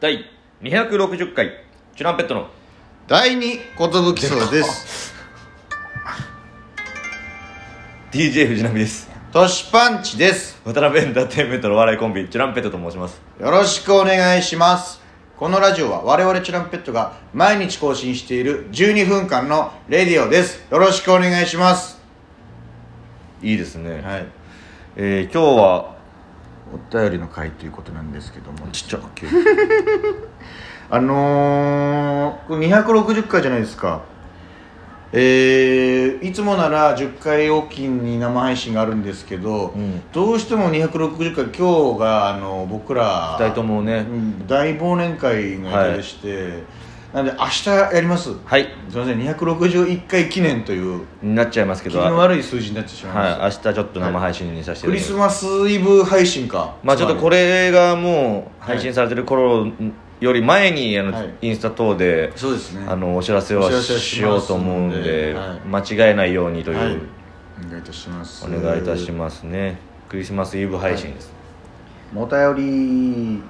第260回チュランペットの第二寿荘です。 DJ 藤波ですトシパンチです。渡辺エンターテインメントのお笑いコンビチュランペットと申しますよろしくお願いします。このラジオは我々チュランペットが毎日更新している12分間のレディオです。よろしくお願いします。いいですね、はい。えー、今日はお便りの回ということなんですけども、ちっちゃ あのー、これ260回じゃないですか。えー、いつもなら10回おきに生配信があるんですけど、んどうしても260回今日があの僕ら二人ともね、うん大忘年会の予定でして、なんで明日やりますすいはいません261回記念というになっちゃいますけ気どの悪い数字になってしまいました、はい、明日ちょっと生配信にさせていただクリきスますマスイブ配信かまあちょっとこれれがもう配信されてる頃より前にあの、はいインスタ等でそうですねあのお知らせはお知らせはししよまうすと思うんで、は間違えないようにという、はいお願いいたしますお願いいたしまますねクリスマスイブ配信ですすお便り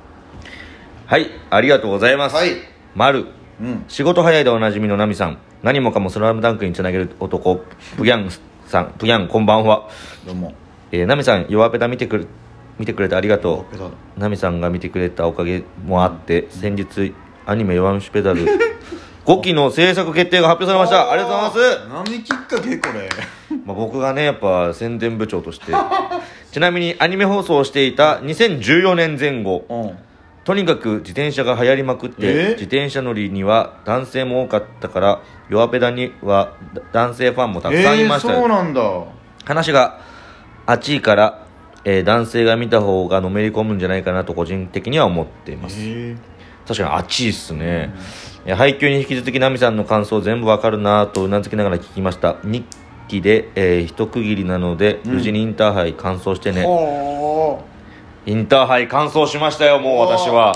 はい、ありがとうございます、はい丸うん仕事早いでおなじみのナミさん何もかもスラムダンクにつなげる男プギャンさんプギャンこんばんは、どうもえー、ナミさん弱ペタ見てくる見てくれてありがとうペタだナミさんが見てくれたおかげもあって先日アニメ「弱虫ペダ ル」5期の制作決定が発表されましたありがとうございます、ます何きっかけこれまあ、僕がねやっぱ宣伝部長として ちなみにアニメ放送をしていた2014年前後うんとにかく自転車が流行りまくってえー自転車乗りには男性も多かったから弱ペダにはだ男性ファンも たくさんいましたえよー、そうなんだ話があっちいから、えー男性が見た方がのめり込むんじゃないかなと個人的には思っていますえ確かにあっちいっすね、え配給に引き続きナミさんの感想全部わかるなぁとうなずきながら聞きました日記で、えー一区切りなので無事にインターハイ完走してね、ほーインターハイ完走しましたよもう私は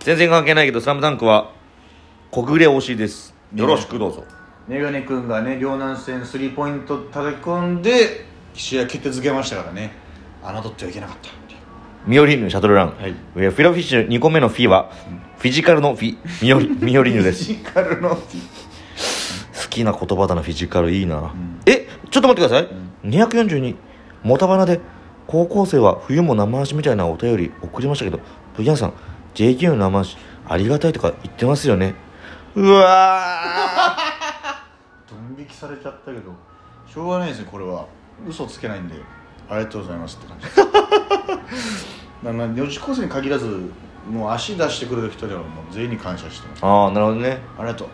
全然関係ないけど「スラムダンクは小暮推しですよろしくどうぞ、メガネ君がね両南戦スリーポイント叩き込んで試合決定づけましたからね侮ってはいけなかったミオリーヌシャトルラン、はいえーフィロフィッシュ2個目のフィはフィジカルのフィミオ リミオリーヌですフィジカルの好きな言葉だなフィジカルいいな、えちょっと待ってください、242モタバナで高校生は冬も生足みたいなお便り送りましたけどブギャンさん JQ の生足ありがたいとか言ってますよねうわードン引きされちゃったけどしょうがないですねこれは嘘つけないんでありがとうございますって 感じまあまあ女子高生に限らずもう足出してくれる人ではもう全員に感謝してますああなるほどねありがとう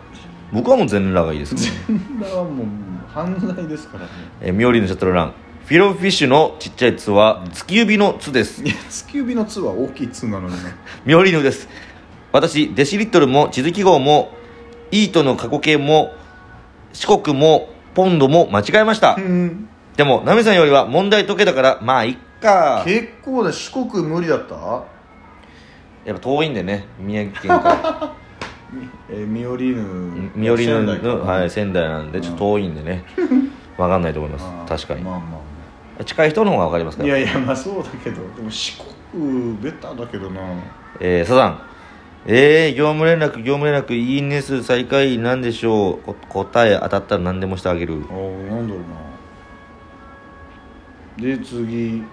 僕はもう全裸がいいですね そんなはもう犯罪ですからねえーミオリーヌシャトルランフィロフィッシュのちっちゃい「つ」は月指の「つ」ですいや突き指の「つ」は大きい「つ」なのにねミオリーヌです私デシリットルも地図記号もイートの過去形も四国もポンドも間違えました うんでもナミさんよりは問題解けたからまあいっか結構だ四国無理だったやっぱ遠いんでね宮城県 からえーミオリーヌミオリーヌ仙台の、かはい、仙台なんでちょっと遠いんでねわかんないと思います確かにまあま近い人の方がわかりますかあらいやいやまあそうだけどでも四国ベタだけどなえー、サザンえー、業務連絡業務連絡いいね数最下位なんでしょうこ答え当たったら何でもしてあげるあーなんだろうなで次もう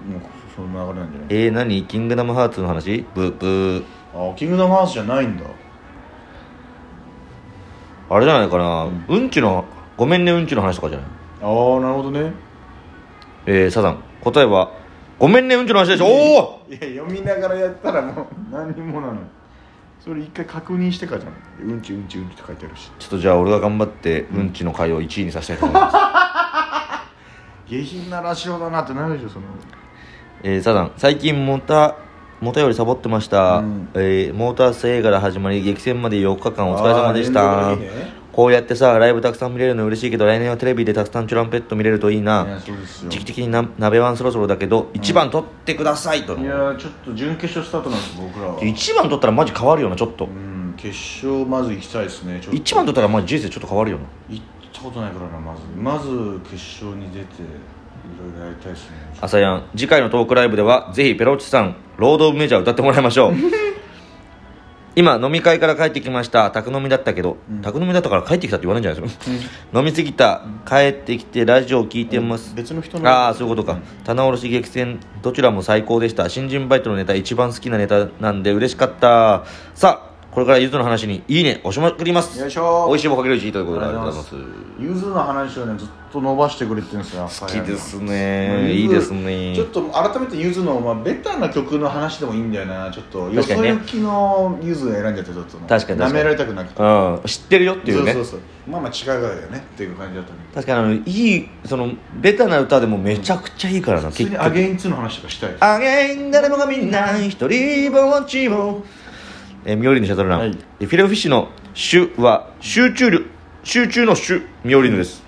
その流れなんじゃないえー、何キングダムハーツの話ブーブーあーキングダムハーツじゃないんだあれじゃないかなうんちのごめんねうんちの話とかじゃないああーなるほどねえー、サザン答えはごめんねうんちの話でしょおおいや読みながらやったらもう何にもなのよそれ一回確認してからじゃないうんちうんちうんちって書いてあるしちょっとじゃあ俺が頑張ってうんちの会を1位にさせたいと思います、下品なラジオだなってなるでしょそのえー、サザン最近モーターモーターよりサボってました、うんえーモーター映画から始まり激戦まで4日間お疲れ様でしたあー連続でいいねこうやってさライブたくさん見れるの嬉しいけど来年はテレビでたくさんチュランペット見れるといいいやなそうですよ時期的にな鍋ワンそろそろだけど1番取ってくださいと、いやーちょっと準決勝スタートなんです僕らは1番取ったらマジ変わるよなちょっとうん決勝まず行きたいですねちょっと1番取ったらマジ人生ちょっと変わるよな行ったことないからなまずまず決勝に出ていろいろやりたいですね朝や ん次回のトークライブではぜひペロッチさん「ロード・オブ・メジャー」歌ってもらいましょう今飲み会から帰ってきました宅飲みだったけど、うん宅飲みだったから帰ってきたって言わないんじゃないですかうん飲みすぎた帰ってきてラジオ聞いてます、別の人のああそういうことか、棚卸し激戦どちらも最高でした新人バイトのネタ一番好きなネタなんで嬉しかったさあこれからゆずの話に「いいね」押しまくりますよいしょおいしいもんかけるうちということであありりががととううございございますゆずの話をねずっと伸ばしてくれてるんですよ好きですまあねゆずいいですねちょっと改めてゆずの、まあ、ベタな曲の話でもいいんだよなちょっとよ確かそにね行きのゆずを選んじゃってちょっとな確かに確かに舐められたくなくてうん知ってるよっていうねそうそうそうまあまあ違うよねっていう感じだったね確かにあのいいそのベタな歌でもめちゃくちゃいいからな、普通にアゲイン2の話とかしたいあげん誰もがみんな一人ぼっちをえーミオリーヌシャトルラン、はいでフィレオフィッシュの「主」は集中力集中の「主」ミオリーヌです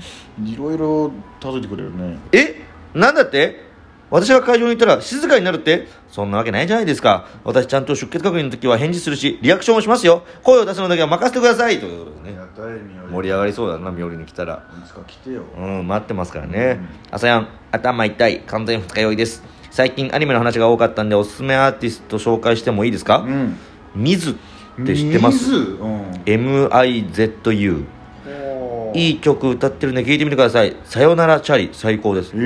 いろいろ例えてくれるねえなんだって私が会場にいたら静かになるってそんなわけないじゃないですか私ちゃんと出血確認の時は返事するしリアクションをしますよ声を出すのだけは任せてくださいということでいねや誰によ盛り上がりそうだなミオリーヌ来たらいつか来てようん、待ってますからね。朝やん、頭痛い、完全二日酔いです。最近アニメの話が多かったんで、おすすめアーティスト紹介してもいいですか、んミズって知ってま水すうん ?M-I-Z-U。おーいい曲歌ってるんで聞いてみてください。さよならチャリ、最高です。へー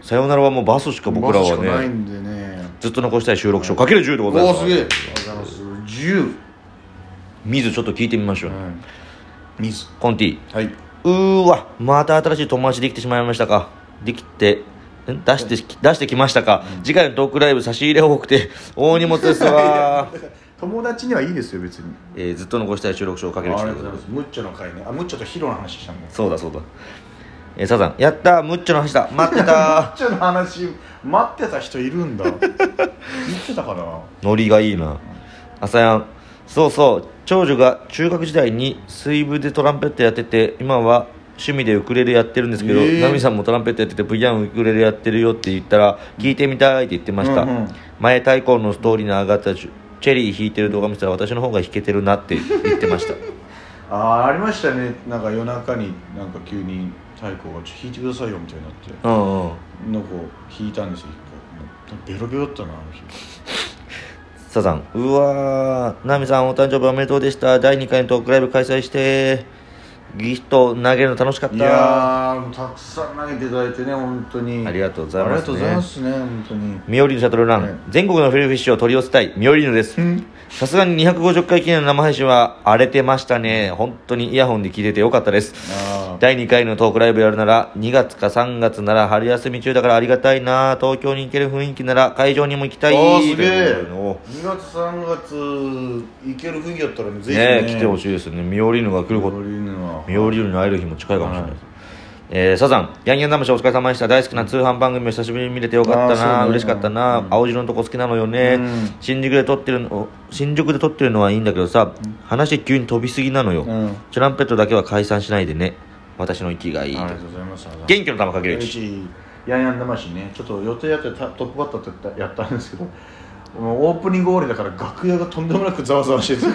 えさよならはもうバスしか僕らバスしかはないね、んでねずっと残したい収録書、かける10でございおまおす。すげえありがとうございます10ミズちょっと聞いてみましょう。水コンティ。はい。うーわまた新しい友達できてしまいましたかできてん出してき出してきましたか、次回のトークライブ差し入れ多くて大荷物ですわ、 友達にはいいですよ別に。えーずっと残したい収録書をかあけりるが収とう録ございます。ムッチョの会ね。あムッチョとヒロの話したんだよ。そうだそうだ、えー、サザンやったームッチョの話だ待ってムたッチョの話待ってた人いるん だ。言ってたかな。ーノリがいいな朝やんそうそう長女が中学時代に水部でトランペットやってて今は趣味でウクレレやってるんですけど、えーナミさんもトランペットやっててブイヤンウクレレやってるよって言ったら聞いてみたいって言ってました、うんうん前太鼓のストーリーの上がったチュチェリー弾いてる動画見てたら私の方が弾けてるなって 言ってましたああありましたね。なんか夜中になんか急に太鼓がちょ弾いてくださいよみたいになって、うんうんなんか弾いたんですよ。一回ベロベロだったなあの日。サザンうわーナミさんお誕生日おめでとうでした第2回のトークライブ開催してギフト投げるの楽しかったいやーもうたくさん投げていただいてね本当に。ありがとうございますねありがとうございますね本当に。ミオリーヌシャトルラン、はい全国のフィルフィッシュを取り寄せたいミオリーヌですんさすがに250回記念の生配信は荒れてましたね本当にイヤホンで聞いててよかったですあ第2回のトークライブやるなら2月か3月なら春休み中だからありがたいな東京に行ける雰囲気なら会場にも行きたいあーすげとえいうこと2月3月行ける雰囲気だったらねでぜひね来ねてほしいですねミオリーヌが来ることミオリーヌはミオリーヌに会える日も近いかもしれないはいえーサザンヤンヤン魂お疲れ様でした大好きな通販番組を久しぶりに見れてよかったあーな、そうね嬉しかったな、青白のとこ好きなのよね、うん新宿で撮ってるの新宿で撮ってるのはいいんだけどさ、話急に飛びすぎなのよ、うんトランペットだけは解散しないでね私の息がいいあとりがとうございます元気の玉かけるううちちヤンヤン魂ねちょっと予定やってたトップバッターってやったんですけどもうオープニング終わりだから楽屋がとんでもなくざわざわしてて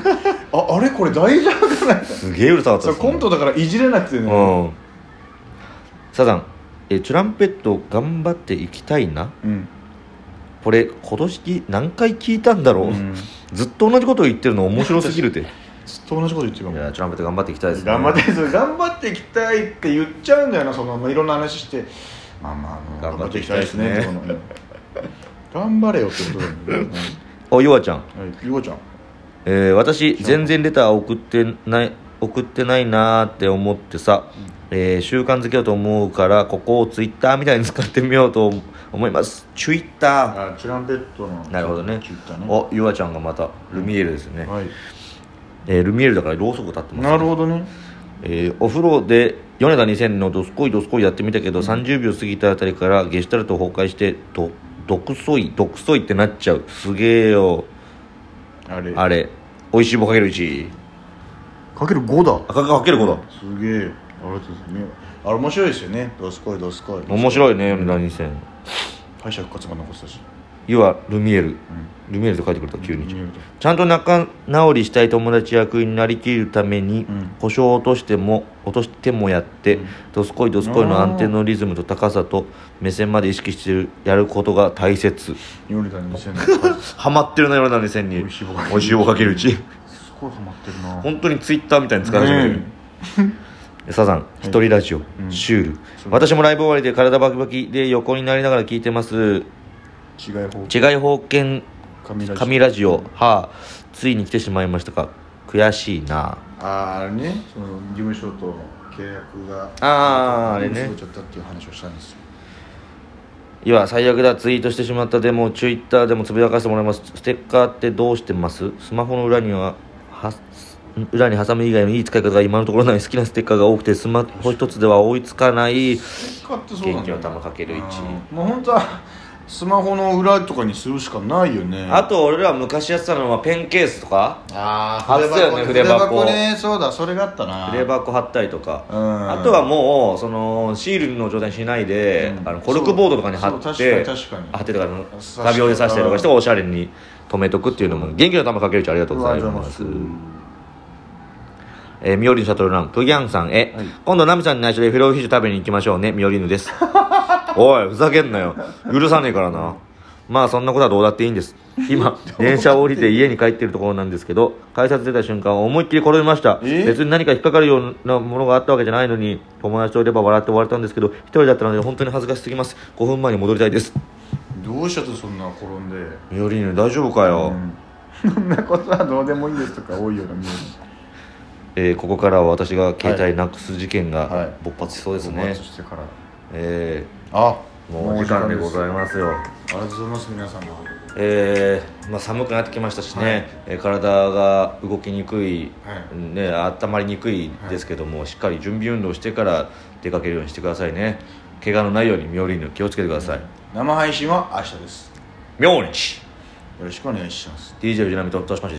ああれこれ大丈夫かなすげえうるさかったそでれすねコントだからいじれなくてね、うんサザンえトランペット頑張っていきたいなうんこれ今年何回聞いたんだろう、うんずっと同じことを言ってるの面白すぎるて いずっと同じこと言ってるかもやトランペット頑張っていきたいですね頑張ってそう頑張っていきたいって言っちゃうんだよなそのまあいろんな話してまあまああの頑張っていきたいですね頑張っていきたいですね ってことうん頑張れよってことだよね、おゆあちゃん、うんはい、ゆうこちゃんえー私全然レター送ってない送ってないなーって思ってさ、えー習慣づけようと思うからここをツイッターみたいに使ってみようと思いますツイッターあチュランペットのなるほどね言ったねおゆあちゃんがまたルミエールですよね、はいえールミエールだからろうそく立ってますなるほどねえーお風呂で米田2000のどすこいどすこいやってみたけど、30秒過ぎたあたりからゲシュタルト崩壊してど毒そい毒そいってなっちゃうすげえよあれあれおいしい棒かける1かける5だあかかけることすげえありがとうございますあれ面白いですよねどすこいどすこい面白いね米田2000敗者復活が残ってたし要はルミエルうルミエルと書いてくれた急にんうんちゃんと仲直りしたい友達役になりきるためにうん故障を落としても落としてもやってうんどすこいどすこいの安定のリズムと高さと目線まで意識してるやることが大切ヨルダン 2000ハマってるなような2000に美味しい棒かける美味しい棒かけるうちすごいハマってるな本当にツイッターみたいに使い始めてるねサザン一人ラジオ、んシュール私もライブ終わりで体バキバキで横になりながら聞いてます違い方違い保険神ラジオ神ラジオはあついに来てしまいましたか悔しいなあーあれねその事務所と契約があーあれね結べちゃったっていう話をしたんですよいや最悪だツイートしてしまったでもツイッターでもつぶやかせてもらいますステッカーってどうしてますスマホの裏にはは裏に挟む以外のいい使い方が今のところない好きなステッカーが多くてスマホ一つでは追いつかない使ってそうな元んだよ気の玉かける一うんもう本当はスマホの裏とかにするしかないよねあと俺ら昔やってたのはペンケースとかあああっ筆たよ箱ねね筆筆箱箱ねそうだそれがあったな筆箱貼ったりとかうんあとはもうそのシールの状態にしないで、うんあのコルクボードとかに貼ってそうそう確かに確かにあ貼ってとかあの刺して画鋲で刺したりとかしておしゃれに止めとくっていうのも元気の玉かけるちゃんありがとうございありがとうごまざすいえー、みおりのシャトルランプギャンさんへ、今度ナミさんに内緒でフィロフィッシュ食べに行きましょうねみおりぬです おいふざけんなよ許さねえからなまあそんなことはどうだっていいんです今電車を降りて家に帰ってるところなんですけど改札出た瞬間思いっきり転びましたえ別に何か引っかかるようなものがあったわけじゃないのに友達といれば笑って終われたんですけど一人だったので本当に恥ずかしすぎます5分前に戻りたいですどうしちゃってそんな転んでみおりぬ大丈夫かよ、うんそんなことはどうでもいいですとか多いような見ええーここからは私が携帯なくす事件はがい勃発しそうですね、お待ちしてからえあーもうお時間でございすますよありがとうございます皆さんもえーまあ、寒くなってきましたしね、はいえー体が動きにくい、はいね、温まりにくいですけども、しっかり準備運動してから出かけるようにしてくださいね怪我のないようにミオリーヌ気をつけてください生配信は明日です明日よろしくお願いします DJ 藤波と年越し